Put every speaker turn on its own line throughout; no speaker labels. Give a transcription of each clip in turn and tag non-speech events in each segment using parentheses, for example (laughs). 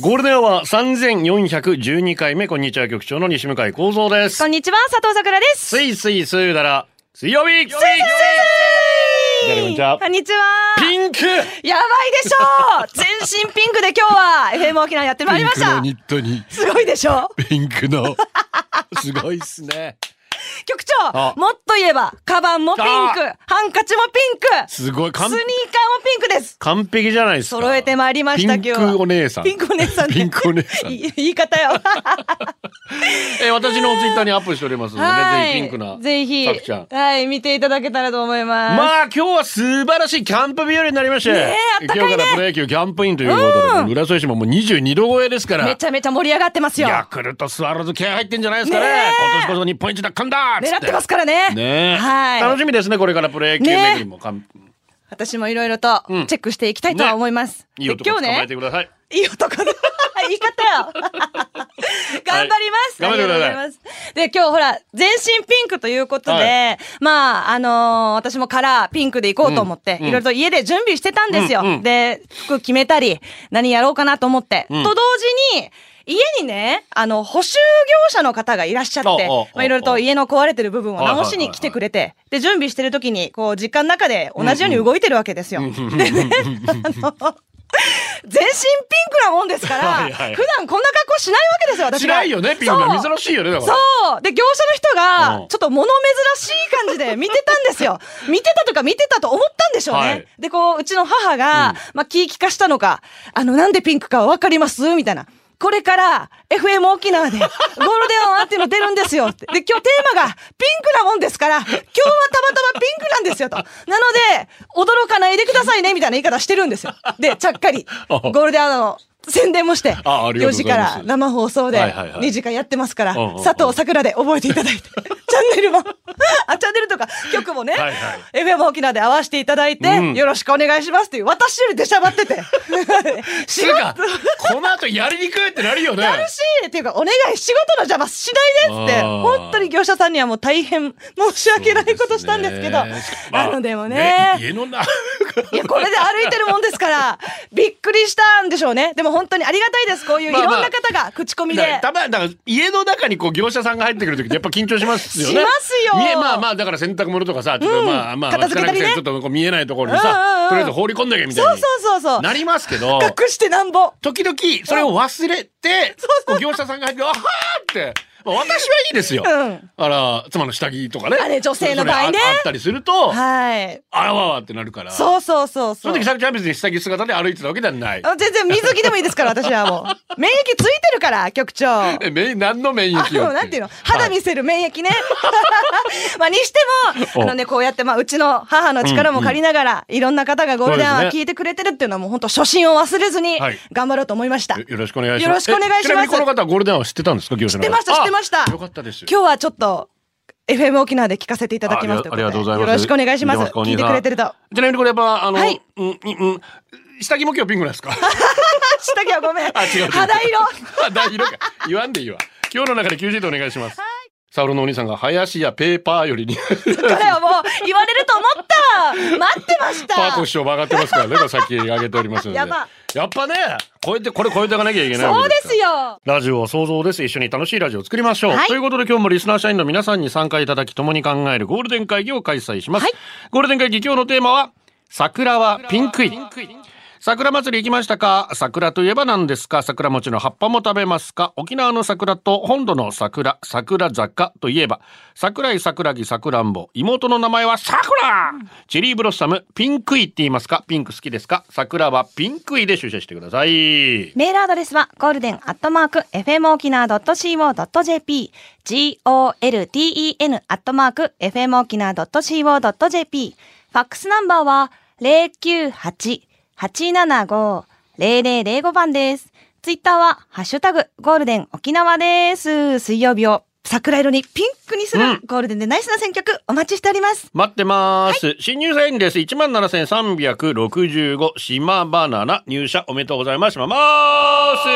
ゴールデンは三千四百十二回目こんにちは局長の西向井光三で
こ
す
ん。にちは、佐藤さくらです。
スイスイスーだら水曜日。誰こんにちは
こんにちは。
ピンク。
やばいでしょう全身ピンクで今
(laughs)
日は FM 沖縄やってまいりました
ットに
すごいでしょ
ピンク
(laughs)
のすごいっすね。
局
あ
長もっと言えばカバンもピンク
あ
ハンカチもピンクスニ
すごい
ーカー
完
もピンクです
完璧じゃないですか。
揃えてまいりました今
ピン
日は
クお姉さん。
ピンクお姉さんね
ピンクお姉さん
いい (laughs) 言い
(laughs)
方よ
えー私のツイッターにアップしておりますので、
はい
ぜひピンクな
ぜひ
さくちゃん。
はい見ていただけたらと思います、
まあ今日は素晴らしいキャンプ日和になりまして、
ねえあったかいね
今日からプロ野球キャンプインということで、浦添市ももう22度超えですから
めちゃめちゃ盛り上がってますよ
ヤクルトスワローズ気合入ってんじゃないですかね
ねえ
今年こそ日本一奪還だっつ
狙
っ
っててますからね
ねえ
はい
楽しみですねこれからプロ野球巡りもかん、
私もいろいろと
うん
チェックしていきたいとは思います、
いい男
で
捕
今日ね
まえてください、
いい男だ。 (laughs) 言い方よ。頑張ります。
頑張ってください
ありがとうござます。で、今日ほら、全身ピンクということで、
は
まあ、あのー私もカラーピンクで行こうと思って、
うん
いろいろと家で準備してたんですよ。
うんうん
で、服決めたり、何やろうかなと思って。
ん
と同時に、家にね、あの、補修業者の方がいらっしゃって
おうおうおうおう、
まあ、いろいろと家の壊れてる部分を直しに来てくれて、で、準備してる時に、こう、実家の中で同じように動いてるわけですよ。で (laughs) ね、あの、全身ピンクなもんですから、
はいはい
普段こんな格好しないわけですよ、私が
しないよねピンク
そう
は珍しいよねだから
そうで、業者の人
うん
が、ちょっと物珍しい感じで見てたんで
(laughs)
すよ。見てたとか見てたと思ったんでしょうね。
はい
で、こう、うちの母が、まあ、気利かしたのか、あの、なんでピンクかわかりますみたいな。これから、FM 沖縄で、ゴールデンオンっていうの出るんですよって。で、今日テーマが、ピンクなもんですから、今日はたまたまピンクなんですよと。なので、驚かないでくださいね、みたいな言い方してるんですよ。で、ちゃっか
(laughs)
り、ゴールデンアワーの宣伝もして、
あありが
4
とう
時
ござ
か
います
ら生放送で、
はいはいはい
2時間やってますから、
うんうんうん
佐藤桜で覚えていた
(laughs)
だいて、チャンネルも、あ、チャンネルとか曲もね、
はいはい
FM 沖縄で合わせていただいて、
うん
よろしくお願いしますっていう、私より出しゃばっ
(laughs)
てて、 (laughs)
つ
仕
う
事
かこの後やりにくいってなるよね
なるし、っていうか、お願い、仕事の邪魔しないでっつって、
あー
本当に業者さんにはもう大変申し訳ないことしたんですけど、
そうですねしかもまあ
なのでも
ね家の中
いや、これで歩いてるもんですから、びっくりしたんでしょうね。でも本当にありがたいです。こういうい
まあ
ろん
まあ
な方が口コミで。
だたまだから家の中にこう業者さんが入ってくる時ってやっぱ緊張しますよね。
しますよ
見えまあまあだから洗濯物とかさちょっとまあまあ
片付けたりね
つかなくてちょっとこう見えないところに
うんうんう
さ
ん
とりあえず放り込んだけみたい
そう
に
そうそうそう。
なりますけど
隠してなんぼ。
時々それを忘れてこう業者さんが入って「あはー!」って。まあ私はいいですよ。
うん
あら妻の下着とかね。
あれ女性の場合
そ
ね
れああったりすると、
はい。
あらわわってなるから。
そうそうそう
そ
そう。
の時さくちゃんは別に下着姿で歩いてたわけではない。
あ全然水着でもいいですから、私はも
(laughs)
う。免疫ついてるから、局長。あ
え免何の免疫をってい
の、なんていうの肌見せる
(laughs)
免疫ね。まあ、にしても、
お
あのね、こうやって、まあ、うちの母の力も借りながら、いろんな方がゴールデン
そう
は
ですね
聞いてくれてるっていうのは、もう本当初心を忘れずに
はい、
頑張ろうと思いました。
よろしくお願いします。
よろしくお願いし
えちな
ます
みにこの方はゴールデンアワー知ってたんですか、業者
知っ
の方
てました、知ってました。
あよかったです。
今日はちょっと、FM 沖縄で聞かせていただきます
あありがとうございます。
よろしくお願いします。
見てかお
聞
兄
い
さん
てくれてると。
ちなみにこれやっぱ、あの、
はい
うん、うん、うん、下着も今日ピンクなんですか
下着はごめん。
あ違う違う
肌
(laughs)
色。
大色か。言わんでいいわ。今日の中で90度お願いします。サウロのお兄さんが林やペーパーより
(laughs)
に
これはもう言われると思った待ってました
パーコ師匠も上がってますからね、これさっき上げておりますので。
やば
やっぱね、こうやって、これ超えていかなきゃいけないわ
そう
け
で
ですから
すよ
ラジオは想像です。一緒に楽しいラジオを作りましょう。
はい
ということで今日もリスナー社員の皆さんに参加いただき共に考えるゴールデン会議を開催します。
はい
ゴールデン会議今日のテーマは桜はピンクイ。桜祭り行きましたか桜といえば何ですか桜餅の葉っぱも食べますか沖縄の桜と本土の桜、桜坂といえば桜井桜木桜んぼ妹の名前は桜、チェリーブロッサムピンクイって言いますかピンク好きですか桜はピンクイで出社してください。
メールアドレスはゴールデンアットマーク fmokina.co.jp golden アットマーク fmokina.co.jp ファックスナンバーは098-875-0005番です。ツイッターはハッシュタグゴールデン沖縄です。水曜日を桜色にピンクにす
うん
るゴールデンでナイスな選曲お待ちしております。
待ってます。新入社員です。一万七千三百六十五島バナナ入社おめでとうございます。しまます。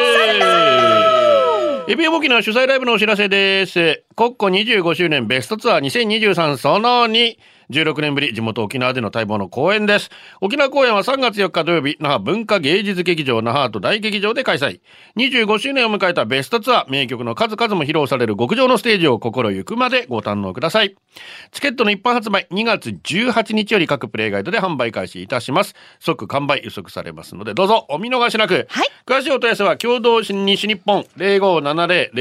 エビオ沖縄主催ライブのお知らせです。国庫25周年ベストツアー2023その2。16年ぶり地元沖縄での待望の公演です。沖縄公演は3月4日土曜日、那覇文化芸術劇場那覇アート大劇場で開催。25周年を迎えたベストツアー、名曲の数々も披露される極上のステージを心ゆくまでご堪能ください。チケットの一般発売2月18日より各プレイガイドで販売開始いたします。即完売予測されますので、どうぞお見逃しなく。
はい
詳しいお問い合わせは共同西日本0570-092424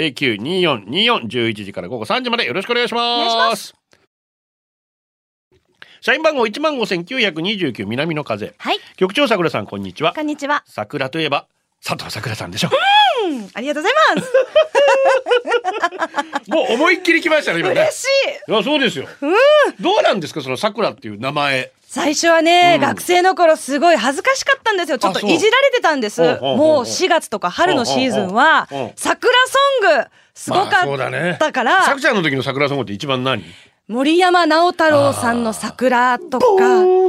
11時から午後3時までよろしくお願いします。
お願いしま
社員番号15,929南の風。
はい。
局長桜さん、こんにちは
こ。んにちは。
桜といえば、佐藤桜さんでしょ。
うん、ありがとうございます。
(laughs) もう思いっきり来ましたね、今ね。
(laughs) 嬉しい。
いや、そうですよ。どうなんですか、その桜っていう名前。
最初はね、
うん
学生の頃すごい恥ずかしかったんですよ。ちょっと
あそう
いじられてたんです。
ほうほうほうほう
もう4月とか春のシーズンは
ほうほうほう、
桜ソング、すご
まあ
か
そうだね
ったか
さ
ら
く、ちゃんの時の桜ソングって一番何
森山直太朗さんの桜とか、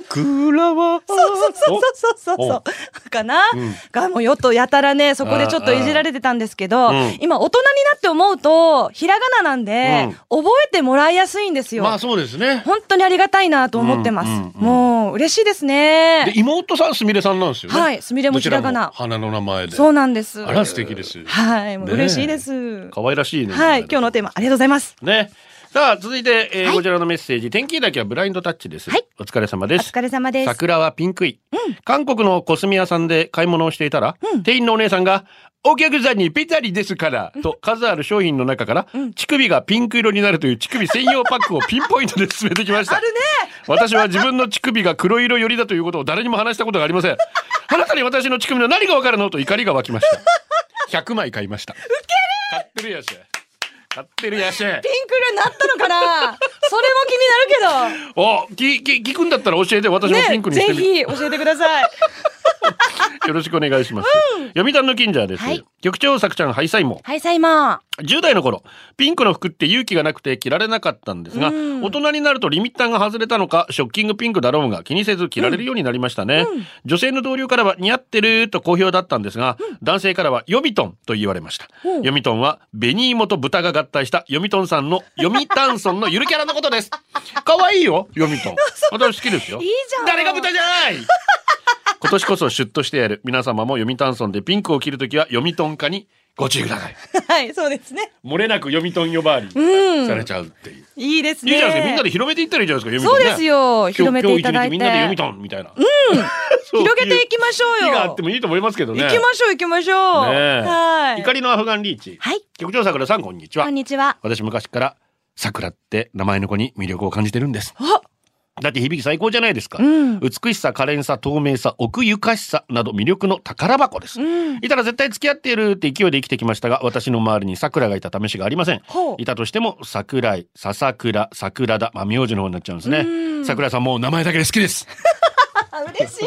桜は。
そうそうそうそ
お
うそうそう。かな、
うん
がもうよとやたらね、そこでちょっといじられてたんですけど、
うん
今大人になって思うと、ひらがななんで、覚えてもらいやすいんですよ。
まあそうですね。
本当にありがたいなと思ってます。
うんうんうん
もう嬉しいですね。
で妹さんすみれさんなんですよね。
はいすみれもひらが
ど
な
ちも花の名前で。
そうなんです。
あら素敵です。
はい、もう
ねえ
嬉しいです。
可愛らしいね。
はい、今日のテーマありがとうございます。
ね。さあ続いて、えー
はい
こちらのメッセージ天気だけはブラインドタッチです。
はい
お疲れ様
お
です。
疲れ様です。
桜はピンクい、韓国のコスメ屋さんで買い物をしていたら、店員のお姉さんが「お客さんにぴったりですから」と数ある商品の中から、乳首がピンク色になるという乳首専用パックをピンポイントで進めてきました。
あるね。
私は自分の乳首が黒色寄りだということを誰にも話したことがありません。あなたに私の乳首の何がわかるのと怒りが湧きました。100枚買いました。ウケる買ってるやし。買ってるやし。
ピンク色になったの
(laughs)
かな。それも気になる
お、き、き、聞くんだったら教えて、私もピン
け
クに
ど。
して
ね、ぜ
みる。
ひ教えてください。
よろしくお願いします。読谷の近所です。
はい
局長さくちゃん、ハイサイも。
はい、サイマン。
10代の頃、ピンクの服って勇気がなくて着られなかったんですが、
うん
大人になるとリミッターが外れたのか、ショッキングピンクだろうが気にせず着られるようになりましたね。女性の同僚からは似合ってると好評だったんですが、男性からは読みトンと言われました。
うん
読みトンは、紅芋と豚が合体した読みトンさんの読みタンソンのゆるキャラのことです。可愛いよ、読みト
(laughs)
ン。私好きですよ。
いいじゃん。
誰が豚じゃない今年こそシュッとしてやる皆様も読谷村でピンクを着るときは読谷家にご注意ください
はい、そうですね。
漏れなく読谷呼ばわり
うん
されちゃうっていう、
いいですね。
いいじゃないですかみんなで広めていったらいいじゃないですか
そ
読
う
谷、ね、
ですよ。広めていただいて。
今日今日一日みんなで読谷みたいな、うん
広げていきましょう
日があ
よ
って。もいいと思いますけどね
行きましょう、行きましょう。
ねえ
はい。
怒りのアフガンリーチ
はい、
局長桜さんこんにちは
こんにちは。
私昔から桜って名前の子に魅力を感じてるんです
あ、
だって響き最高じゃないですか、
うん。
美しさ可憐さ透明さ奥ゆかしさなど魅力の宝箱です、
うん。
いたら絶対付き合っているって勢いで生きてきましたが私の周りに桜がいた試しがありません
ほう
いたとしても桜井笹倉桜田まあ名字の方になっちゃうんです
う
ね
ん
桜井さんもう名前だけで好き
(laughs)
です
あ、嬉しい。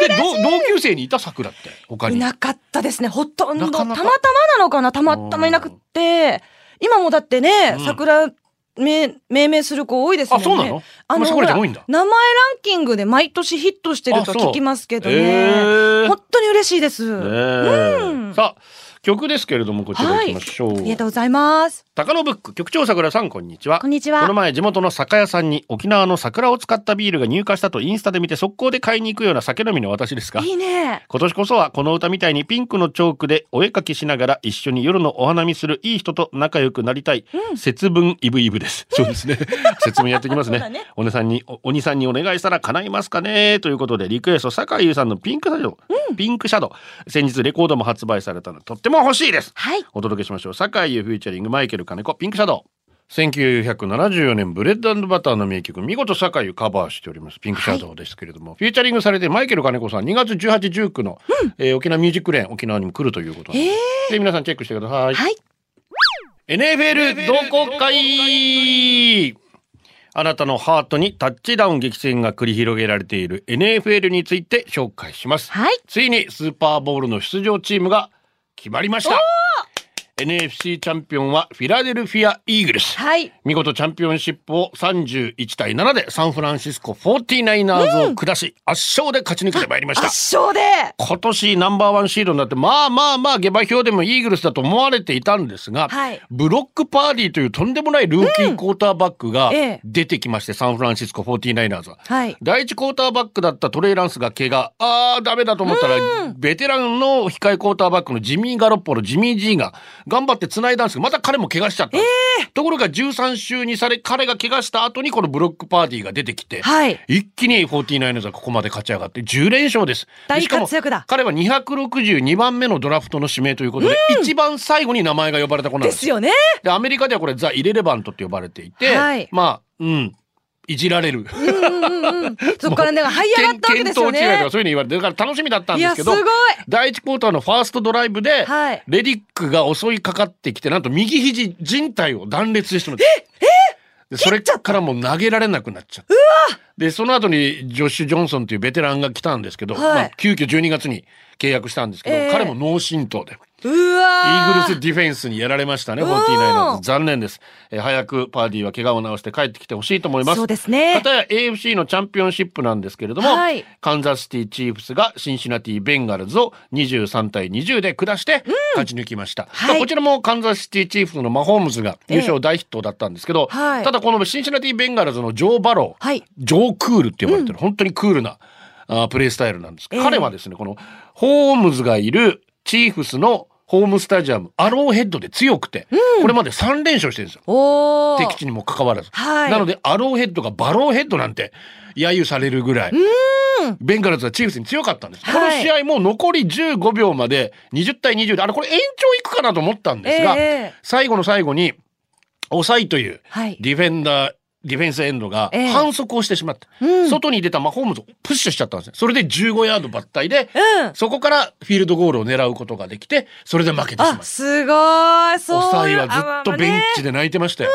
で同同級生にいた桜って他
い
に
なかったですね。ほとんど
なかなか
たまたまなのかな。たまたまいなくって、今もだってね、
うん
桜め命名する子多いですも
あ
んね。
そうなの
あの
まあ
ほ
桜ちゃん
ら
多いんだ
名前ランキングで毎年ヒットしてると
あそう
聞きますけど
へ
ね。
ー
本当に嬉しいです。
ね
う
え
ん
さあ曲ですけれどもこちら行きましょう、
ありがとうございます。
高野ブック局長桜さんこんにちは
こんにち
この
は。
前地元の酒屋さんに沖縄の桜を使ったビールが入荷したとインスタで見て速攻で買いに行くような酒飲みの私ですが
いいね。
今年こそはこの歌みたいにピンクのチョークでお絵かきしながら一緒に夜のお花見するいい人と仲良くなりたい、節分イブイブです、そうですね節分やってきます
そうだ
ね
ね
おねさんにお鬼さんにお願いしたら叶いますかねということでリクエスト酒井優さんのピンクシャドウ、ピンクシャドウ先日レコードも発売されたのでとっても欲しいです
はい。
お届けしましょう酒井優フューチャリングマイケル金子ピンクシャドウ1974年ブレッドバターの名曲見事酒井をカバーしておりますピンクシャドウですけれども、フューチャリングされてマイケル金子さん2月1819の、えー沖縄ミュージックレーン沖縄にも来るということなんで
ええ
で皆さんチェックしてください、
はい。
NFL 同好会あなたのハートにタッチダウン激戦が繰り広げられている NFL について紹介します
はい。
ついにスーパーボウルの出場チームが決まりました NFC チャンピオンはフィラデルフィア・イーグルス。
はい。
見事チャンピオンシップを31対7でサンフランシスコ 49ers を下し、圧勝で勝ち抜けてまいりました。
圧勝で。
今年ナンバーワンシードになって、まあまあまあ下馬評でもイーグルスだと思われていたんですが、
はい
ブロックパーディーというとんでもないルーキークォーターバックが
ええ
出てきまして、サンフランシスコ 49ers は。
はい。
第1クォーターバックだったトレイランスが怪我、あーダメだと思ったら、ベテランの控えクォーターバックのジミー・ガロッポロ、ジミー・ジーが頑張って繋いだんですけど、また彼も怪我しちゃったんです。ところが13週にされ、彼が怪我した後にこのブロックパーティーが出てきて、
はい。
一気に 49ers はここまで勝ち上がって10連勝です。
大
しかも
活躍だ
彼は262番目のドラフトの指名ということで、一番最後に名前が呼ばれた子な
で
んです
す
よ。
よね。
でアメリカではこれザ・イレレバントって呼ばれていて、
はい
まあ、うん、いじられる。
うんうん
(laughs)
うん。そこからね、這い上がったわけですよ
見当違いと
ね
か。そういうの言われて、だから楽しみだったん
い
です
や、
け
す
ど
ごい。。
第1クォーターのファーストドライブで、
はい
レディックが襲いかかってきて、なんと右肘靭帯を断裂してしまった。ええそれからもう投げられなくなっちゃった。で、その後にジョッシュ・ジョンソンというベテランが来たんですけど、
はい
まあ、急遽12月に契約したんですけど、
ええ
彼も脳震盪で、
う
イー
わ
グルスディフェンスにやられましたね、
うん
49ers。残念です。えー早くパーディーは怪我を治して帰ってきてほしいと思います。
そうですね
またや AFC のチャンピオンシップなんですけれども、
はい
カンザスシティチーフスがシンシナティベンガルズを23対20で下して勝ち抜きました。
はい
まあこちらもカンザスシティチーフスのマホームズが優勝大ヒットだったんですけど、
ええはい
ただこのシンシナティベンガルズのジョー・バロー、
はい
ジョー・クールって呼ばれてる、本当にクールなあープレースタイルなんです。
ええ
彼はですね、このホームズがいるチーフスのホームスタジアムアローヘッドで強くて、これまで3連勝してるんですよ。
ー。お
敵
ー。
地にもかかわらず、
はい
なのでアローヘッドがバローヘッドなんて揶揄されるぐらいベンガルズはチーフスに強かったんです、
はい
この試合も残り15秒まで20対20であれこれ延長いくかなと思ったんですが、
ええ
最後の最後に抑えという
はい。
ディフェンダーディフェンスエンドが
ええ
反則をしてしまった、
うん。
外に出たマホームズをプッシュしちゃったんですねそれで15ヤード抜体で、
うん。
そこからフィールドゴールを狙うことができてそれで負けてしまっ
あ、
た
すごい。そういう。
抑えはずっとベンチ
で。
で泣いてましたよ。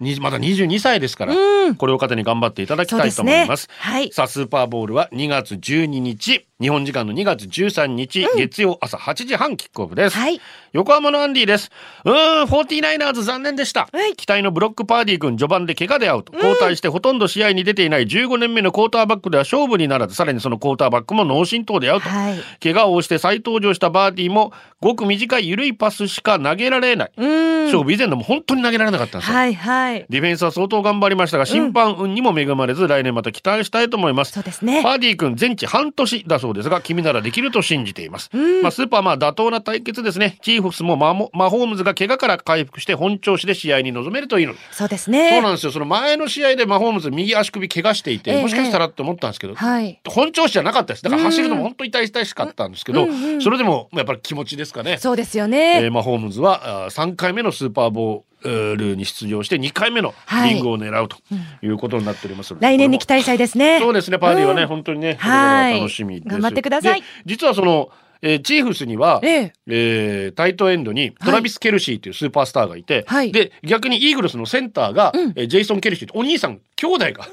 にまだ22歳ですから、
うん
これを糧に頑張っていただき
そう
た
で
いと
す
思
ね。
います。
はい。
さあ、スーパーボールは2月12日、日本時間の2月13日、月曜朝8時半キックオフです。
はい。
横浜のアンディです。うーん、49ers 残念でした。
はい
期待のブロックパーディー君、序盤で怪我でアウト。交代してほとんど試合に出ていない15年目のクォーターバックでは勝負にならず、さらにそのクォーターバックも脳震盪でアウト。
はい。
怪我をして再登場したバーディーも、ごく短い緩いパスしか投げられない。
うん。
勝負以前でも本当に投げられなかったんですよ。
はいはい。
ディフェンスは相当頑張りましたが、審判運にも恵まれず、来年また期待したいと思います。
そうですね
パーディー君、全治半年だそうですが、君ならできると信じています。まあ、スーパーまあ妥当な対決ですね。チーフスもマモマホームズが怪我から回復して本調子で試合に臨めるといいの。
そうです
そう
ね
な。んですよ。その前の試合でマホームズ右足首怪我してい
え
て、
え
もしかしたらって思ったんですけど、
はい。
本調子じゃなかったです。だから走るのも本当痛々しかったんですけど、それでもやっぱり気持ちですかね。
そうですよ
え
ね
ー。マホームズはあー3回目のスーパーボールに出場して2回目の
はい
リングを狙うということになっておりますので、
来年に期待したいです (laughs) ね。
そうですねパーティーはね、
うん
本当にねこれか
は
ら
い
楽しみです
頑張ってください
で実はその、えーチーフスには、
ええ
えータイトエンドにトラビス・ケルシーというスーパースターがいて、
はい
で逆にイーグルスのセンターが、
うん
えージェイソン・ケルシーとお兄さん兄弟が、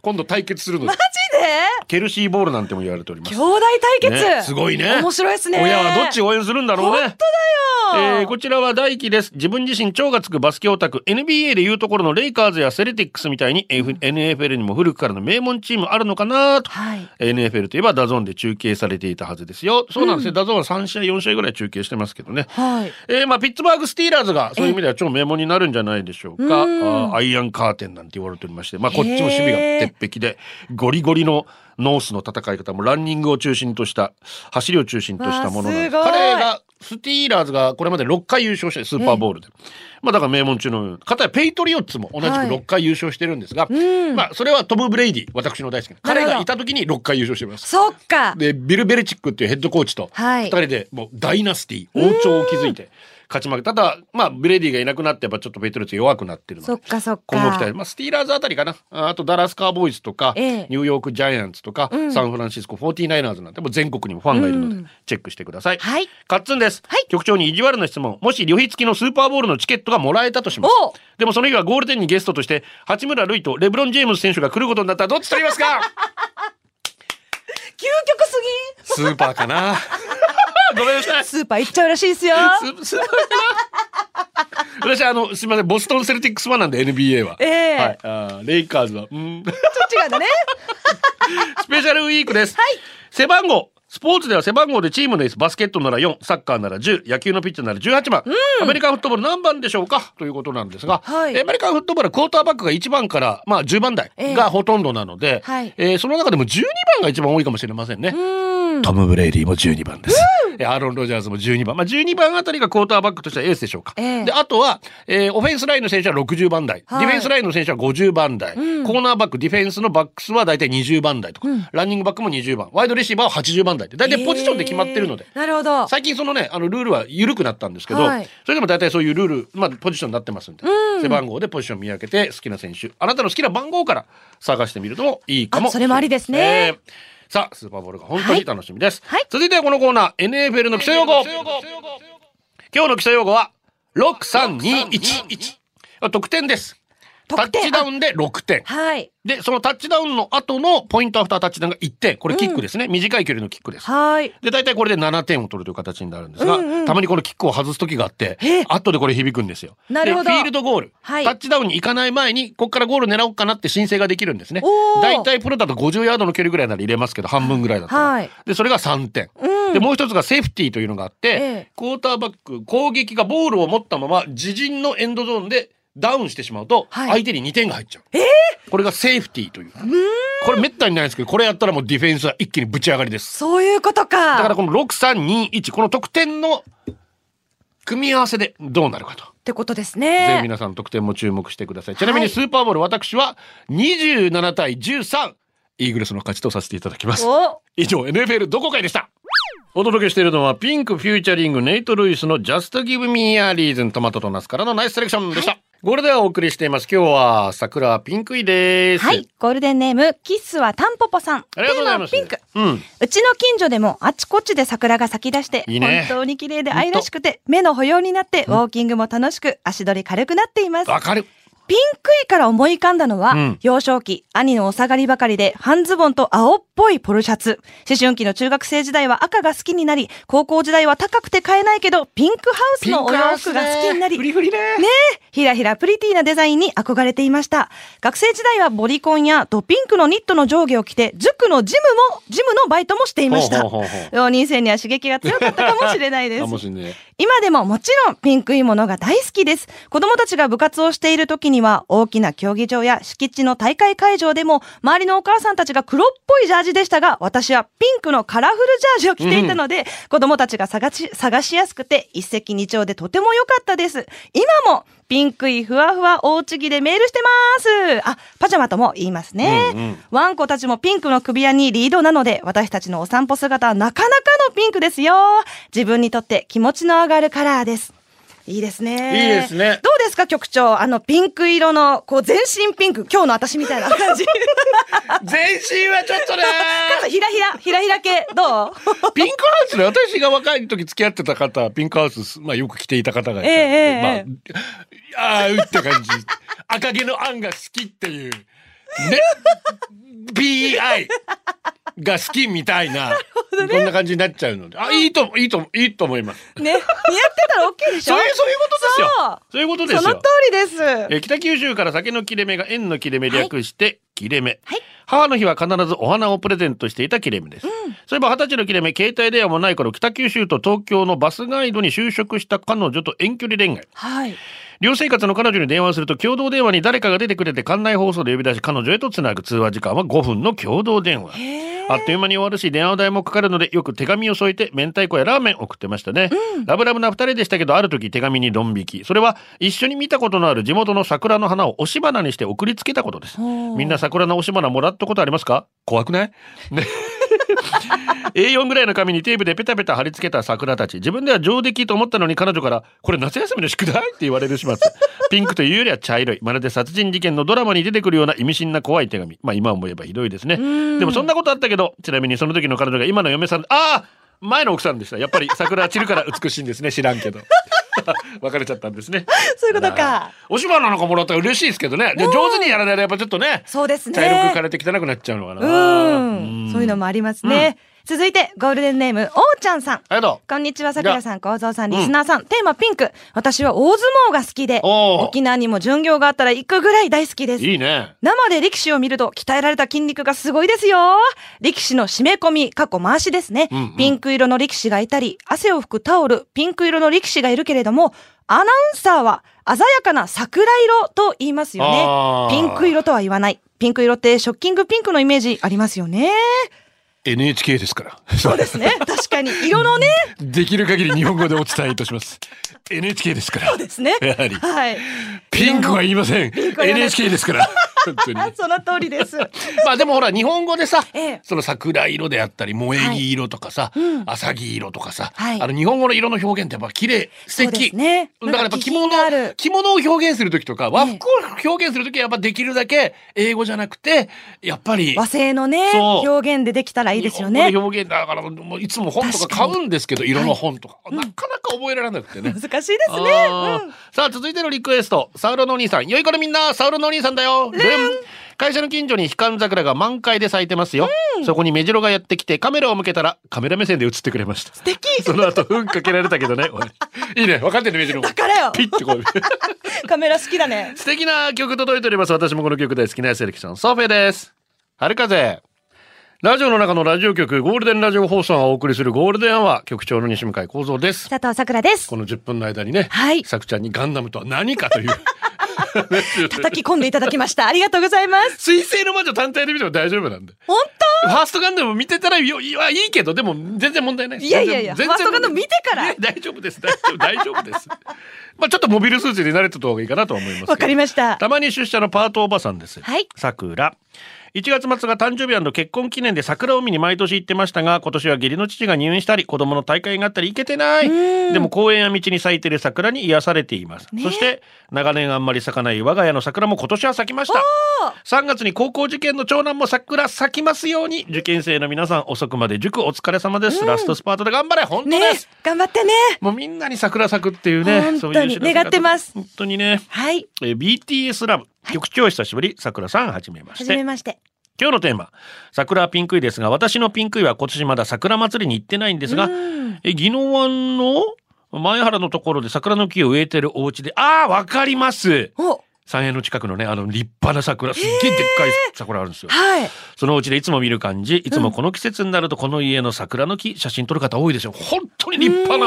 今度対決するので
マジで
ケルシーボールなんても言われております
兄。弟対決、
ねすごいね
面白いですね
親はどっち
を
を応援するんだろうね。
だよ
えーこちらは大輝です。自分自身超がつくバスケオタク、NBA でいうところのレイカーズやセレティックスみたいに、F NFL にも古くからの名門チームあるのかなと。
はい
NFL といえばダゾーンで中継されていたはずですよ。そうなんですね。ダゾーンは3試合、4試合ぐらい中継してますけどね。
はい
えーまあ、ピッツバーグ・スティーラーズがそういう意味では超名門になるんじゃないでしょうか、あーアイアンカーテンなんて言われておりまして、まあ、こっちも守備が鉄壁でゴリゴリのノースの戦い方もランニングを中心とした走りを中心としたものなんです
わあすごい
彼がスティーラーズがこれまで6回優勝してスーパーボールで、まあ、だから名門中の方やペイトリオッツも同じく
はい
6回優勝してるんですが、まあ、それはトム・ブレイディ私の大好きな
なる
彼
ほど
がいた時に6回優勝してます。
そっか
でビル・ベルチックっていうヘッドコーチと
はい
2人でもうダイナスティ王朝を築いて勝ち負けただまあブレディがいなくなってやっぱちょっとベイトルツ弱くなってるの
そっ
で
かそっか
今後期待まあスティーラーズあたりかなああとダラス・カーボーイズとか、
ええ
ニューヨーク・ジャイアンツとか、
ん
サンフランシスコ 49ers なんてもう全国にもファンがいるので、
うん
チェックしてください、
はい
カッツンです、
はい
局長に意地悪な質問もし旅費付きのスーパーボールのチケットがもらえたとします
おう
でもその日はゴールデンにゲストとして八村塁とレブロン・ジェームズ選手が来ることになったらどっち取りますか
究極すぎ
スーパーかな (laughs) ごめんなさい
スーパー行っちゃうらしいですよ
すす (laughs) 私あのすみませんボストンセルティックスファンなんで NBA は、
ええ
はいあーレイカーズはうん
ちょっと違うんだね。
スペシャルウィークです。背番号。スポーツでは背番号でチームのエース、バスケットなら4、サッカーなら10、野球のピッチャーなら18番、アメリカンフットボール何番でしょうかということなんですが、
はい
えーアメリカンフットボールはクォーターバックが1番から、まあ、10番台
ええ
がほとんどなので、
はい
えーその中でも12番が一番多いかもしれませんね。
うん。
トム・ブレイリーも12番です。えーアーロン・ロジャーズも12番。まあ、12番あたりがクォーターバックとしてはエースでしょうか。
ええ
で、あとは、えーオフェンスラインの選手は60番台、
はい
ディフェンスラインの選手は50番台、コーナーバック、ディフェンスのバックスは大体20番台とか、ランニングバックも20番、ワイドレシーバーは80番台って、大体ポジ (laughs) ションで決まってるので。
えーなるほど。
最近そのね、あのルールは緩くなったんですけど、
はい
それでも大体そういうルール、まあポジションになってますんで、背番号でポジション見分けて好きな選手、あなたの好きな番号から探してみるのもいいかも。
あそれもありですね
えー。さあ、スーパーボールが本当に楽しみです。
はいはい
続いてはこのコーナー、NFL の基礎用語。今日の基礎用語は、6321。得点です。タ
得
ッ
点
チダウンで6点。
はい。
で、そのタッチダウンの後のポイントアフタータッチダウンが1点。これキックですね。短い距離のキックです。
はい。
で、大体これで7点を取るという形になるんですが、
うんうん
たまにこのキックを外す時があって
え、
後でこれ響くんですよ。
なるほど
でフィールドゴール、
はい
タッチダウンに行かない前に、ここからゴール狙おうかなって申請ができるんですね
おー。
大体プロだと50ヤードの距離ぐらいなら入れますけど、半分ぐらいだったら。
はい
で、それが3点。
うん
で、もう一つがセーフティーというのがあって、
ええ
クォーターバック、攻撃がボールを持ったまま、自陣のエンドゾーンでダウンしてしまうと、
はい
相手に2点が入っちゃう。これがセーフティーという。これめったにないんですけど、これやったらもうディフェンスは一気にぶち上がりです。
そういうことか。
だから
っ
この6321この得点の組み合わせでどうなるかと。
てことです
ぜひ
ね。
皆さん得点も注目してください。ちなみ
は
に
い
スーパーボール、私は27対13イーグルスの勝ちとさせていただきます。
お、
以上 NFL どこかでした。お届けしているのはピンクフューチャリングネイト・ルイスの Just Give Me a Reason トマトとナスからのナイスセレクションでした。ゴールデンをお送りしています。今日は桜ピンクイです。
はい。ゴールデンネーム、キッスはタンポポさん。
ありがとうございます。
テーマはピンク。
うん。
うちの近所でもあちこちで桜が咲き出して、
いいね
本当に綺麗で愛らしくて、目の保養になって、ウォーキングも楽しく、足取り軽くなっています。
わかる。
ピンクイから思い浮かんだのは、
うん
幼少期、兄のお下がりばかりで、半ズボンと青っぽいポロシャツ。思春期の中学生時代は赤が好きになり、高校時代は高くて買えないけど、ピンクハウスのお洋服が好きになり、
フリフリね。
ひらひらプリティなデザインに憧れていました。学生時代はボリコンやドピンクのニットの上下を着て、塾のジムも、ジムのバイトもしていました。
ほうほうほうほう
浪人生には刺激が強かったかもしれないで
(laughs)
す
か。もしんね。
今でももちろんピンクいものが大好きです。子供たちが部活をしている時には大きな競技場や敷地の大会会場でも周りのお母さんたちが黒っぽいジャージでしたが私はピンクのカラフルジャージを着ていたので、子供たちが探し、探しやすくて一石二鳥でとても良かったです。今もピンクいふわふわおうちぎでメールしてます。あ、パジャマとも言いますね。ワンコたちもピンクの首輪にリードなので、私たちのお散歩姿はなかなかのピンクですよ。自分にとって気持ちの上がるカラーです。いいですね。
いいですね
どうですか、局長。あの、ピンク色の、こう、全身ピンク。今日の私みたいな感
(laughs)
じ。ちょ
全身はちょっと
(laughs)
ね
っとひらひら、ひらひら系。
(laughs)
どう
ピンクハウスね私が若い時付き合ってた方ピンクハウス、まあ、よく着ていた方がいた、
ええええ
まああーうって感じ赤毛のアンが好きっていうね BI が好きみたいなこんな感じになっちゃうのであいいといいといいと思います
ね。似合ってたら OK でし
そ
ょ
ういうそういうことですよ
そう
そういうことです
そ
よ
の通りです。
えー北九州から酒の切れ目が縁の切れ目略して切れ目、
はい
母の日は必ずお花をプレゼントしていた切れ目です、そういえば二十歳の切れ目携帯電話もない頃北九州と東京のバスガイドに就職した彼女と遠距離恋愛
はい。
寮生活の彼女に電話をすると共同電話に誰かが出てくれて館内放送で呼び出し彼女へとつなぐ通話時間は5分の共同電話あっという間に終わるし電話代もかかるのでよく手紙を添えて明太子やラーメン送ってましたね、ラブラブな2人でしたけどある時手紙にドン引きそれは一緒に見たことのある地元の桜の花を押し花にして送りつけたことですみんな桜の押し花もらったことありますか怖くないね A4 ぐらいの紙にテープでペタペタ貼り付けた桜たち自分では上出来と思ったのに彼女から「これ夏休みの宿題?」って言われる始末ピンクというよりは茶色いまるで殺人事件のドラマに出てくるような意味深な怖い手紙まあ今思えばひどいですねでもそんなことあったけどちなみにその時の彼女が今の嫁さんああ前の奥さんでしたやっぱり桜は散るから美しいんですね知らんけど (laughs) 別れちゃったんですね
そういうことか。
お芝居なんかもらったら嬉しいですけどねで上手にやらないとやっぱちょっとね
そうですね。
茶色く枯れて汚くなっちゃうのかな
うん。そういうのもありますね。続いて、ゴールデンネーム、おーちゃんさん。
ありがと
こんにちは、さくらさん、こうぞうさん、リスナーさん。テーマピンク。私は大相撲が好きで、
おー
沖縄にも巡業があったら行くぐらい大好きで
う。
す。
いいね。
生で力士を見ると鍛えられた筋肉がすごいですよ。力士の締め込み、過去回しですね。
うんうん
ピンク色の力士がいたり、汗を拭くタオル、ピンク色の力士がいるけれども、アナウンサーは鮮やかな桜色と言いますよ
あ
ね
ー。
ピンク色とは言わない。ピンク色ってショッキングピンクのイメージありますよね。
NHK ですから。
そうですね。確かに。色のね、
できる限り日本語でお伝えいたし
(laughs)
ます。NHK ですから。
ですね。
(laughs) やはり
はい。
ピンクは言いません。
クは言わない
NHK ですから。本当に。
あその通りです。
まあでもほら日本語でさ、
ええ
その桜色であったり萌え木色とかさ、浅木色とかさ、
はい
あの日本語の色の表現ってやっぱ綺麗素
そうで
敵
すね
だからやっぱ着物
なんか気品がある
着物を表現する時とか和服を表現する時はやっぱできるだけ英語じゃなくてやっぱり
和製のね、
そう
表現でできたらいいですよね
日本。語の表現だからもういつも本とか買うんですけど色の本とか、なかなか覚えられなくてね。
難しいですね。
あーさあ続いてのリクエストサウロのお兄さん良い子のみんなサウロのお兄さんだよルン会社の近所にヒカン桜が満開で咲いてますよ、そこにメジロがやってきてカメラを向けたらカメラ目線で映ってくれま
(laughs)
した素敵その後糞かけられたけどねおいいいね分かってるメジロだ
からよ
ピッてこう
カメラ好きだね。
素敵な曲届いております私もこの曲大好きなセレクションソフェです春風ラジオの中のラジオ局ゴールデンラジオ放送がお送りするゴールデンアワー局長の西向井光三です
佐藤さくらです
こ。の10分の間にね、
はい
さくちゃんにガンダムとは何かという (laughs)
叩き込んでいただきました。ありがとうございます。
水星の魔女単体で見ても大丈夫なんで。
本
ファーストガンダム見てたらよいやいいけど、でも全然問題ないです。
いやいやいや
全然
ファーストガンダム見てから
いや大丈夫です、大丈夫、大丈夫です。まあちょっとモビルスーツに慣れてた方がいいかなとは思いますけど。
わかりました
たまに出社のパートおばさんです。
はい
さくら。1月末が誕生日結婚記念で桜を見に毎年行ってましたが今年は義理の父が入院したり子供の大会があったり行けてないでも公園や道に咲いてる桜に癒されています、そして長年あんまり咲かない我が家の桜も今年は咲きました3月に高校受験の長男も桜咲きますように受験生の皆さん遅くまで塾お疲れ様です、ラストスパートで頑張れ本当
当ね
です、
頑張ってね。
もうみんなに桜咲くっていうね
本当に
そういう知らせ方
願ってます
本当にね
はい。
えー BTS ラブ局長久しぶりさくらさんはじめま
は
し
じめ
て
まして。
今日のテーマ桜はピンクイですが私のピンクイは今年まだ桜祭りに行ってないんですが、え宜野湾の前原のところで桜の木を植えてるお家でああわかります
お、
三円の近くのねあの立派な桜すっげえでっかい桜あるんですよ、
はい。
そのうちでいつも見る感じいつもこの季節になるとこの家の桜の木写真撮る方多いでしょ本当に立派な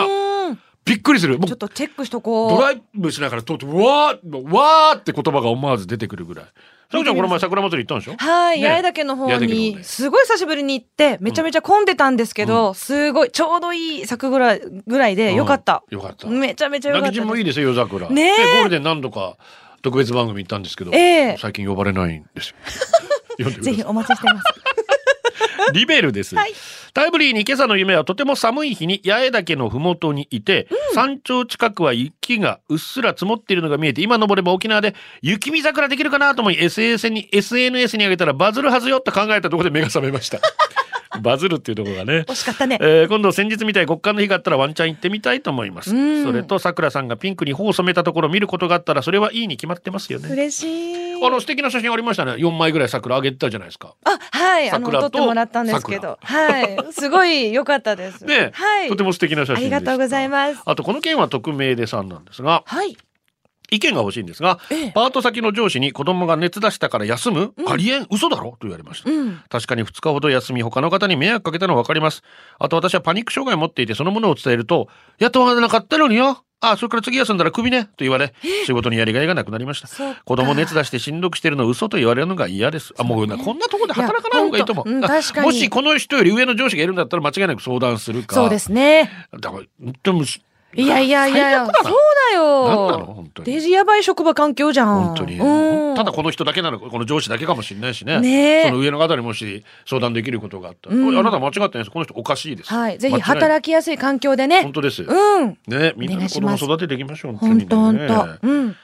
な。
びっくりするもう
ちょっとチェックしと
ド
こ
ライブしながら通って、わー、わーって言葉が思わず出てくるぐらい。さくちゃん、この前桜祭り行ったんでしょ
う。はい。
ね
八重岳の
八
方
重岳の方
に、
ね
すごい久しぶりに行って、めちゃめちゃ混んでたんですけど、すごい、ちょうどいい作ぐらい、ぐらいで、よかった。
うんよかった。
めちゃめちゃよか
泣
っ
き
た
人もいい
です。
ですよ、夜桜。
ねえ
でゴールデン何度か特別番組行ったんですけど、
ええ
最近呼ばれないんですよ。 (laughs) 呼んでくださ
ぜ
い
ひお待ちしてます。
リベルです、タイムリーに今朝の夢はとても寒い日に八重岳の麓にいて、山頂近くは雪がうっすら積もっているのが見えて今登れば沖縄で雪見桜できるかなと思い SNS に SNS に上げたらバズるはずよと考えたところで目が覚めました
(laughs)
バズるっていうところがね
惜しかったね。 (laughs)
えー今度先日みたい極寒の日があったらワンチャン行ってみたいと思います、
うん
それとさくらさんがピンクに頬を染めたところを見ることがあったらそれはいいに決まってますよね
嬉しい。
あの素敵な写真ありましたね4枚ぐらい桜あげてたじゃないですか
あ、はい、あの、
桜
撮
と
ってもらったんですけど。はい。すごい良かったです。
ね、
はい。
とても素敵な写真でした
ありがとうございます
あとこの件は匿名でさんなんですが
はい。
意見が欲しいんですが、
ええ
パート先の上司に子供が熱出したから休む、ありえん嘘だろと言われました、
うん。
確かに2日ほど休み他の方に迷惑かけたの分かりますあと私はパニック障害を持っていてそのものを伝えると雇われなかったのによあそれから次休んだらクビねと言われ仕事にやりがいがなくなりました
そうか
子供熱出してしんどくしてるの嘘と言われるのが嫌ですあもうなこんなところで働かない方がいいと思う、
いやほんとうん確かに
もしこの人より上の上司がいるんだったら間違いなく相談するか
そうですね。
だから本当にむし
いやいやいや、そう
最悪
だよ。
何なの本当に
デジやばい職場環境じゃん。
本当に、
うん。
ただこの人だけなのかこの上司だけかもしれないしね
ねえ
その上の方にもし相談できることがあったら、
うん
あなた間違ってないですこの人おかしいです
はい。ぜひ
間違いない
働きやすい環境でね
本。当です、
うん。
ねみんなで子供を育てていきましょう本
本当
当にね
本当。うん。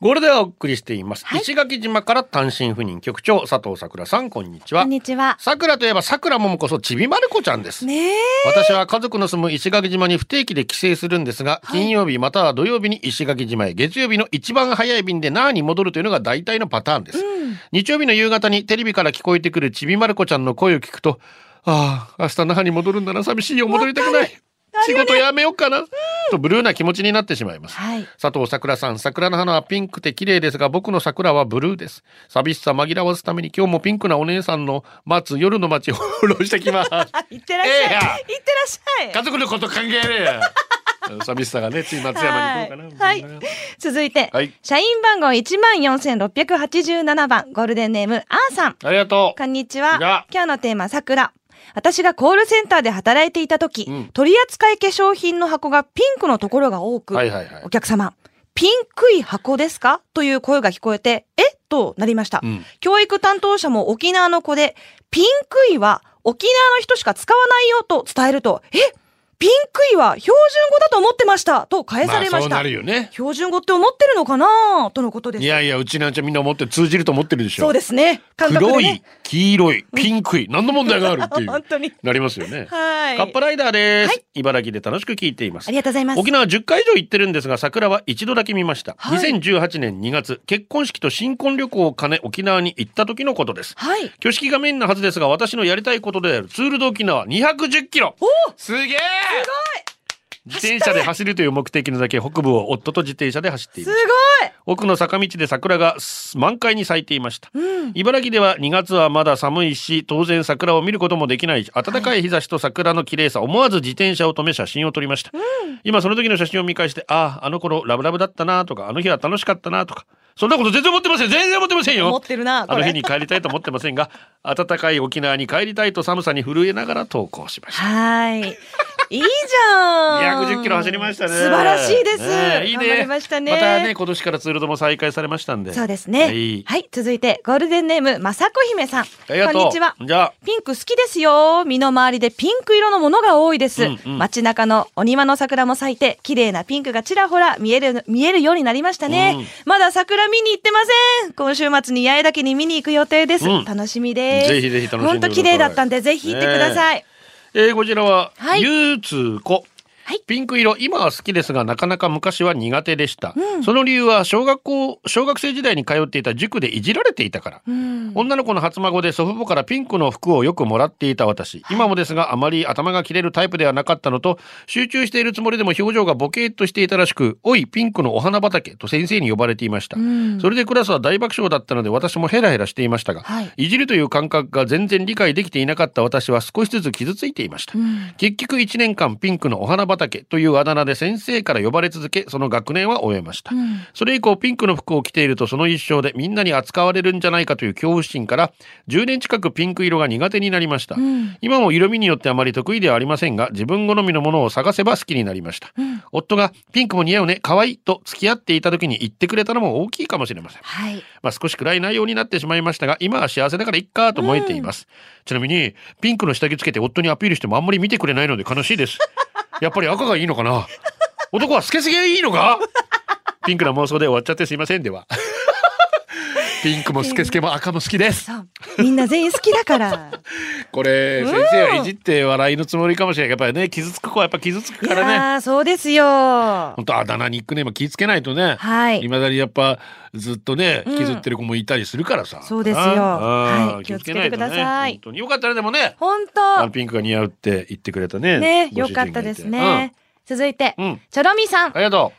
ゴールデンをお送りしています、石垣島から単身赴任局長佐藤さくらさんこんにちは
こんにちは。
さくらといえばさくらももこそちびまる子ちゃんです、
ねえ。
私は家族の住む石垣島に不定期で帰省するんですが、金曜日または土曜日に石垣島へ、月曜日の一番早い便で那覇に戻るというのが大体のパターンです。日曜日の夕方にテレビから聞こえてくるちびまる子ちゃんの声を聞くと、ああ、明日那覇に戻るんだな、寂しいよ、戻りたくない。仕事やめようかな、とブルーな気持ちになってしまいます。
はい。
佐藤桜さん、桜の花はピンクで綺麗ですが、僕の桜はブルーです。寂しさ紛らわすために今日もピンクなお姉さんの待つ夜の街を (laughs) フォローしてきます。
いってらっしゃい。
ええ
い
や
ってらっしゃい。
家族のこと関係ねえや。 (laughs) 寂しさがね、つい松山に来るかな。
はいはい続いて、
はい
社員番号14,687番、ゴールデンネーム、あーさん。
ありがとう
こ。んにち
こん
は
にちは。
今日のテーマ、桜。私がコールセンターで働いていた時、
うん
取扱い化粧品の箱がピンクのところが多く、
はいはいはい
お。客様、ピンクい箱ですかという声が聞こえて、えとなりました、
うん
教育担当者も沖縄の子で、ピンクいは沖縄の人しか使わないよと伝えると、えピンクいは標準語だと思ってましたと返されま
あ、そ
し
う
た。
なるよね。
標準語って思ってるのかなとのことです。
いやいや、うちなんちゃみんな思ってる通じると思ってるでしょ。
そうですね。感覚で
黒い
ね、
黄色い、ピンクい、何の問題があるってい
(laughs) 本
う。
当に。
なりますよね。
はい。
カップライダーです、茨城で楽しく聞いています
あり。がとうございます。
沖縄10回以上行ってるんですが桜は一度だけ見ました、
はい
2018年2月結婚式と新婚旅行を兼ね沖縄に行った時のことです
はい。
挙式がメインなはずですが私のやりたいことであるツールド沖縄210キロ
お
すげえ自転車で走るという目的のだけ北部を夫と自転車で走ってい
す
ま
ご
す
い
奥の坂道で桜が満開に咲いていました
うん。
茨城では2月はまだ寒いし当然桜を見ることもできないし暖かい日差しと桜の綺麗さ思わず自転車を止め写真を撮りました、今その時の写真を見返してあああの頃ラブラブだったなとかあの日は楽しかったなとかそんなこと全然思ってません全然思ってません
思
よ
ってるな、こ
あの日に
れ。
帰りたいと思ってません
(laughs)
が暖かい沖縄に帰りたいと寒さに震えながら投稿しました
はい。いいじ
(laughs)
ゃん。
210キロ走りましたね
素晴らしいです。
ねえいいね
頑張りましたね。
またね今年からツールドも再開されましたんで
そうですね。
は
はいい、続いてゴールデンネームまさこ姫さん。
ありがとう
こんにちは。
じゃあ
ピンク好きですよ。身の回りでピンク色のものが多いです。
うんうん
街中のお庭の桜も咲いて、綺麗なピンクがちらほら見える、見えるようになりましたね。
うん
まだ桜見に行ってません。今週末に八重岳に見に行く予定です。
うん
楽しみです。
ぜひぜひ楽しんでください
本当綺麗だったんで、ぜひ行ってください。
えー、こちらは、
はい
ゆうつーこ。
はい
ピンク色今は好きですがなかなか昔は苦手でした、その理由は小学校小学生時代に通っていた塾でいじられていたから、女の子の初孫で祖父母からピンクの服をよくもらっていた私今もですがあまり頭が切れるタイプではなかったのと集中しているつもりでも表情がボケーっとしていたらしく「おいピンクのお花畑」と先生に呼ばれていました、それでクラスは大爆笑だったので私もヘラヘラしていましたが、
はい
いじるという感覚が全然理解できていなかった私は少しずつ傷ついていました、結局1年間ピンクのお花畑というあだ名で先生から呼ばれ続けその学年は終えました、それ以降ピンクの服を着ているとその一生でみんなに扱われるんじゃないかという恐怖心から10年近くピンク色が苦手になりました、今も色味によってあまり得意ではありませんが自分好みのものを探せば好きになりました、夫がピンクも似合うね可愛いと付き合っていた時に言ってくれたのも大きいかもしれません
はい。
まあ、少し暗い内容になってしまいましたが今は幸せだからいっかと思えています、ちなみにピンクの下着つけて夫にアピールしてもあんまり見てくれないので悲しい
(laughs)
ですやっぱり赤がいいのかな男は透けすぎがいいのかピンクな妄想で終わっちゃってすいませんで
(laughs)
はピンクも透け透けも赤も好き
(laughs)
です
そう。みんな全員好き
(laughs)
だから。
これ先生はいじって笑いのつもりかもしれないやっぱりね傷つく子はやっぱ傷つく
い
からね
やー、そうですよ。
本当あだ名ニックネーム気ぃつけないとね、
はい
まだにやっぱずっとね
ん
引きずってる子もいたりするからさ、
そうですよ
な
はい
うん
気をつけてください
気をつけなとね本当によかったらでもね
本
あ
当
の。ピンクが似合うって言ってくれたね
ね、
ご
よ
主人
か
がい
ってたですね。続いて、
うん、うん
チョロミさん
あ。りがと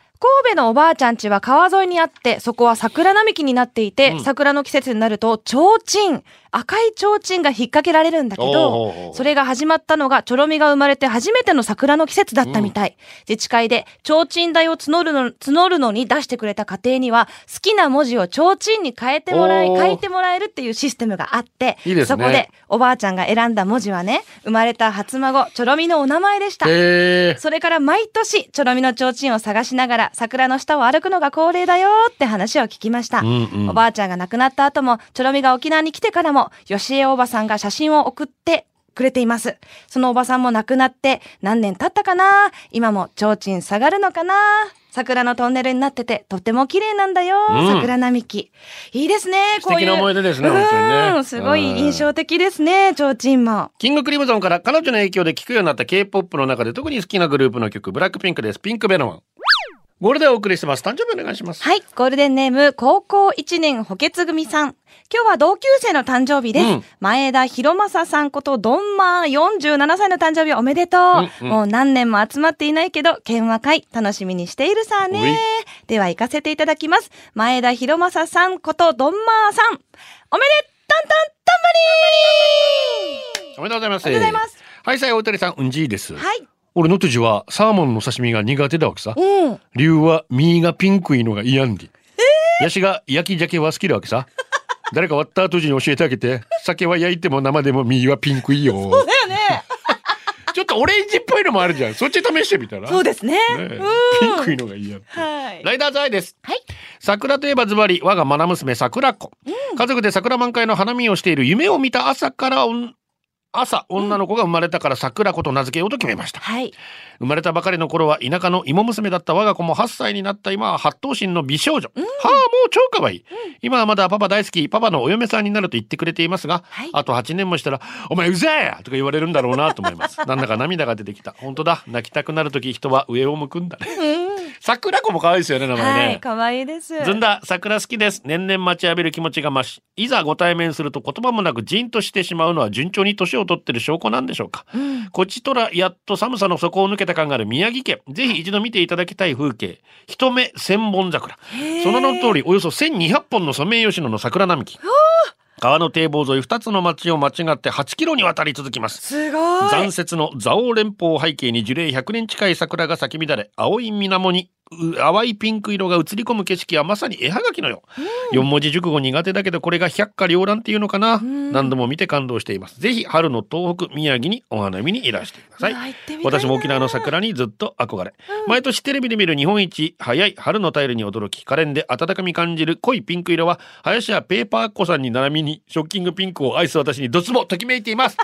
神戸のおばあちゃん家は川沿いにあって、そこは桜並木になっていて、
うん
桜の季節になると、提灯、赤い提灯が引っ掛けられるんだけ
おうおうお
ど
う、
それが始まったのが、チョロミが生まれて初めての桜の季節だったみたい。自治会で、提灯代を募るの、募るのに出してくれた家庭には、好きな文字を提灯に変えてもらい、
おー
書いてもらえるっていうシステムがあって、
いいですね
そこで、おばあちゃんが選んだ文字はね、生まれた初孫、チョロミのお名前でした
う。へえ
それから毎年、チョロミの提灯を探しながら、桜の下を歩くのが恒例だよって話を聞きました。
うんうん
おばあちゃんが亡くなった後も、チョロミが沖縄に来てからも、吉江おばさんが写真を送って、くれています。そのおばさんも亡くなって何年経ったかな今も提灯下がるのかな桜のトンネルになっててとても綺麗なんだよ、
うん
桜並木。いいですね、こうい
素敵
う。
な思い出ですね本当にね
うん、すごい印象的ですね、提灯も。
キングクリムゾンから彼女の影響で聴くようになった K-POP の中で特に好きなグループの曲、ブラックピンクです。ピンクベロマン。ゴールデンお送りしてます。誕生日お願いします。
はい、ゴールデンネーム、高校1年補欠組さん。今日は同級生の誕生日です。
うん
前田博正さんことドンマー47歳の誕生日おめでとう。
うんうん
もう何年も集まっていないけど、県話会楽しみにしているさ
おい
ね。では行かせていただきます。前田博正さんことドンマーさん。おめでたんたんたんぶり
おめでとうございます。
おめでとうございます。
はい、さい、おたりさん、うんじいです。
はい。
俺の手はサーモンの刺身が苦手だわけさ。
うん。
理由は、身がピンクいのが嫌んで。ヤシが焼き鮭は好きだわけさ。 (laughs) 誰か割った後に教えてあげて。酒は焼いても生でも身はピンクいよ。
だよね。
ちょっとオレンジっぽいのもあるじゃん。そっち試してみたら。
そうですね。
ねえ
うん
ピンクいのが嫌って。
はい。
ライダーズアイです。
はい。
桜といえばズバリ、我が愛娘桜子。家族で桜満開の花見をしている夢を見た朝からおん朝、女の子が生まれたから桜子と名付けようと決めました。
はい。
生まれたばかりの頃は田舎の芋娘だった我が子も8歳になった今は八頭身の美少女。はあ、もう超可愛い。今はまだパパ大好き、パパのお嫁さんになると言ってくれていますが、
はい
あと8年もしたら、お前うぜえとか言われるんだろうなと思います。なんだか涙が出てきた。本当だ。泣きたくなるとき人は上を向くんだね。桜子も可愛いですよね、名前ね。
はい。かわいいです。
ずんだ桜好きです年々待ちわびる気持ちが増しいざご対面すると言葉もなくじんとしてしまうのは順調に年を取ってる証拠なんでしょうか、こちとらやっと寒さの底を抜けた感がある宮城県ぜひ一度見ていただきたい風景一目千本桜その名の通りおよそ1200本のソメイヨシノの桜並木川の堤防沿い2つの町を間違って8キロにわたり続きます
すごい。
残雪の蔵王連峰を背景に樹齢100年近い桜が咲き乱れ青い水面にう淡いピンク色が映り込む景色はまさに絵はがきのよう、4文字熟語苦手だけどこれが百花繚乱っていうのかな、何度も見て感動していますぜひ春の東北宮城にお花見にいらしてください私も沖縄の桜にずっと憧れ、毎年テレビで見る日本一早い春の便りに驚き可憐で温かみ感じる濃いピンク色は林家ペーパー子さんに並びにショッキングピンクを愛す私にドツボときめいてい (laughs) ます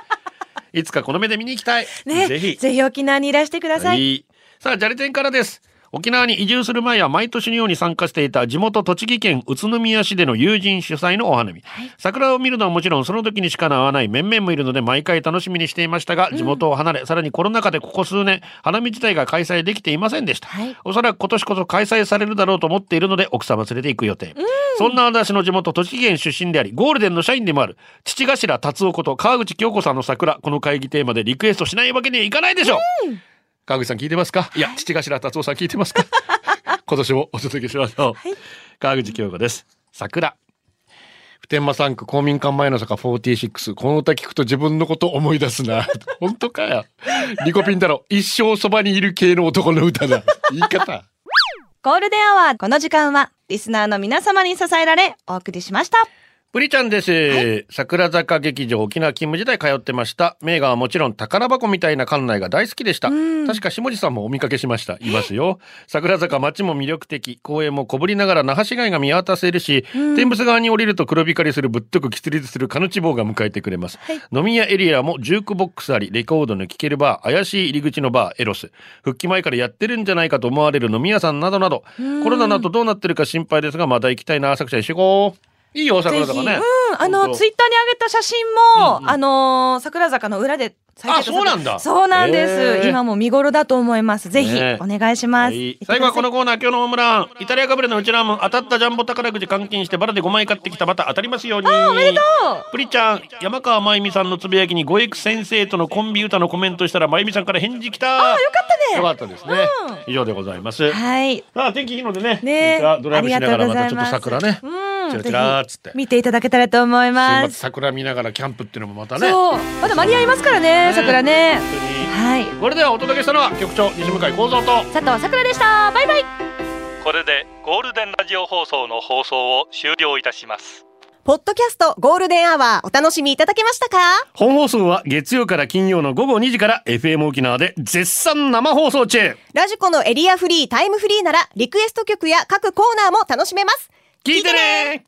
いつかこの目で見に行きたい、
ね、
ぜ
ぜひ
ひ
沖縄にいらしてくださ
は
い。
い。さあ、ジャリテンからです。沖縄に移住する前は毎年のように参加していた地元栃木県宇都宮市での友人主催のお花見、桜を見るのはもちろんその時にしか会わない面々もいるので毎回楽しみにしていましたが地元を離れ、さらにコロナ禍でここ数年花見自体が開催できていませんでした、おそらく今年こそ開催されるだろうと思っているので奥様連れて行く予定、そんな私の地元栃木県出身でありゴールデンの社員でもある父頭達夫こと川口京子さんの桜この会議テーマでリクエストしないわけにはいかないでしょう、川口さん聞いてますかいや、父頭達夫さん聞いてますか今年もお届けしましょう。川口京子です。桜。普天間産区公民館前の坂46。この歌聞くと自分のこと思い出すな。 (laughs) 本当かよ。リコピンだろ。一生そばにいる系の男の歌だ。言い方。
ゴールデンアワー、この時間は、リスナーの皆様に支えられ、お送りしました。
プリちゃんです、桜坂劇場沖縄勤務時代通ってました名画はもちろん宝箱みたいな館内が大好きでした確か下地さんもお見かけしましたいますよ桜坂街も魅力的公園も小ぶりながら那覇市街が見渡せるし天仏側に降りると黒光りするぶっとくきつりするカヌチ坊が迎えてくれます、飲み屋エリアもジュークボックスありレコードの聴けるバー怪しい入り口のバーエロス復帰前からやってるんじゃないかと思われる飲み屋さんなどなどコロナだとどうなってるか心配ですがまた行きたいな作者一緒こういいよ
ぜ
桜
ひ、
坂
うん
ね。、
あ
本
の、
当
ツイッターに上げた写真も、あのー、桜坂の裏で採
あ
決され
そうなんだ
そうなんで
へー
す。今も見頃だと思います。ぜひ
ね、
お願いします。
はい
行ってください
最後はこのコーナー今日のホームランイタリアかぶれのうちラーメン当たったジャンボ宝くじ換金してバラで5枚買ってきたまた当たりますようにおめでとうプリちゃん山川真由美さんのつぶやきに五育先生とのコンビ歌のコメントしたら真由美さんから返事きたあよかったねよかったですね、以上でございます、
はい。
さあ天気いいのでねこ
ね
んにちはドライブしながらま
あ
たち
り
ょっ
が
と
とうご
桜
ざいます
ね
うん
チラチラーっつって
見ていただけたらと思い
週末
ます。
桜見ながらキャンプっていうのもまたね本
そう。まだ間に合いますからね、桜ね。
当に
はい。
これではお届けしたのは局長西向井光三と
佐藤桜でした。バイバイ。
これでゴールデンラジオ放送の放送を終了いたします
ポッドキャストゴールデンアワーお楽しみいただけましたか
本放送は月曜から金曜の午後2時から FM 沖縄で絶賛生放送中
ラジコのエリアフリータイムフリーならリクエスト曲や各コーナーも楽しめます
聞いてね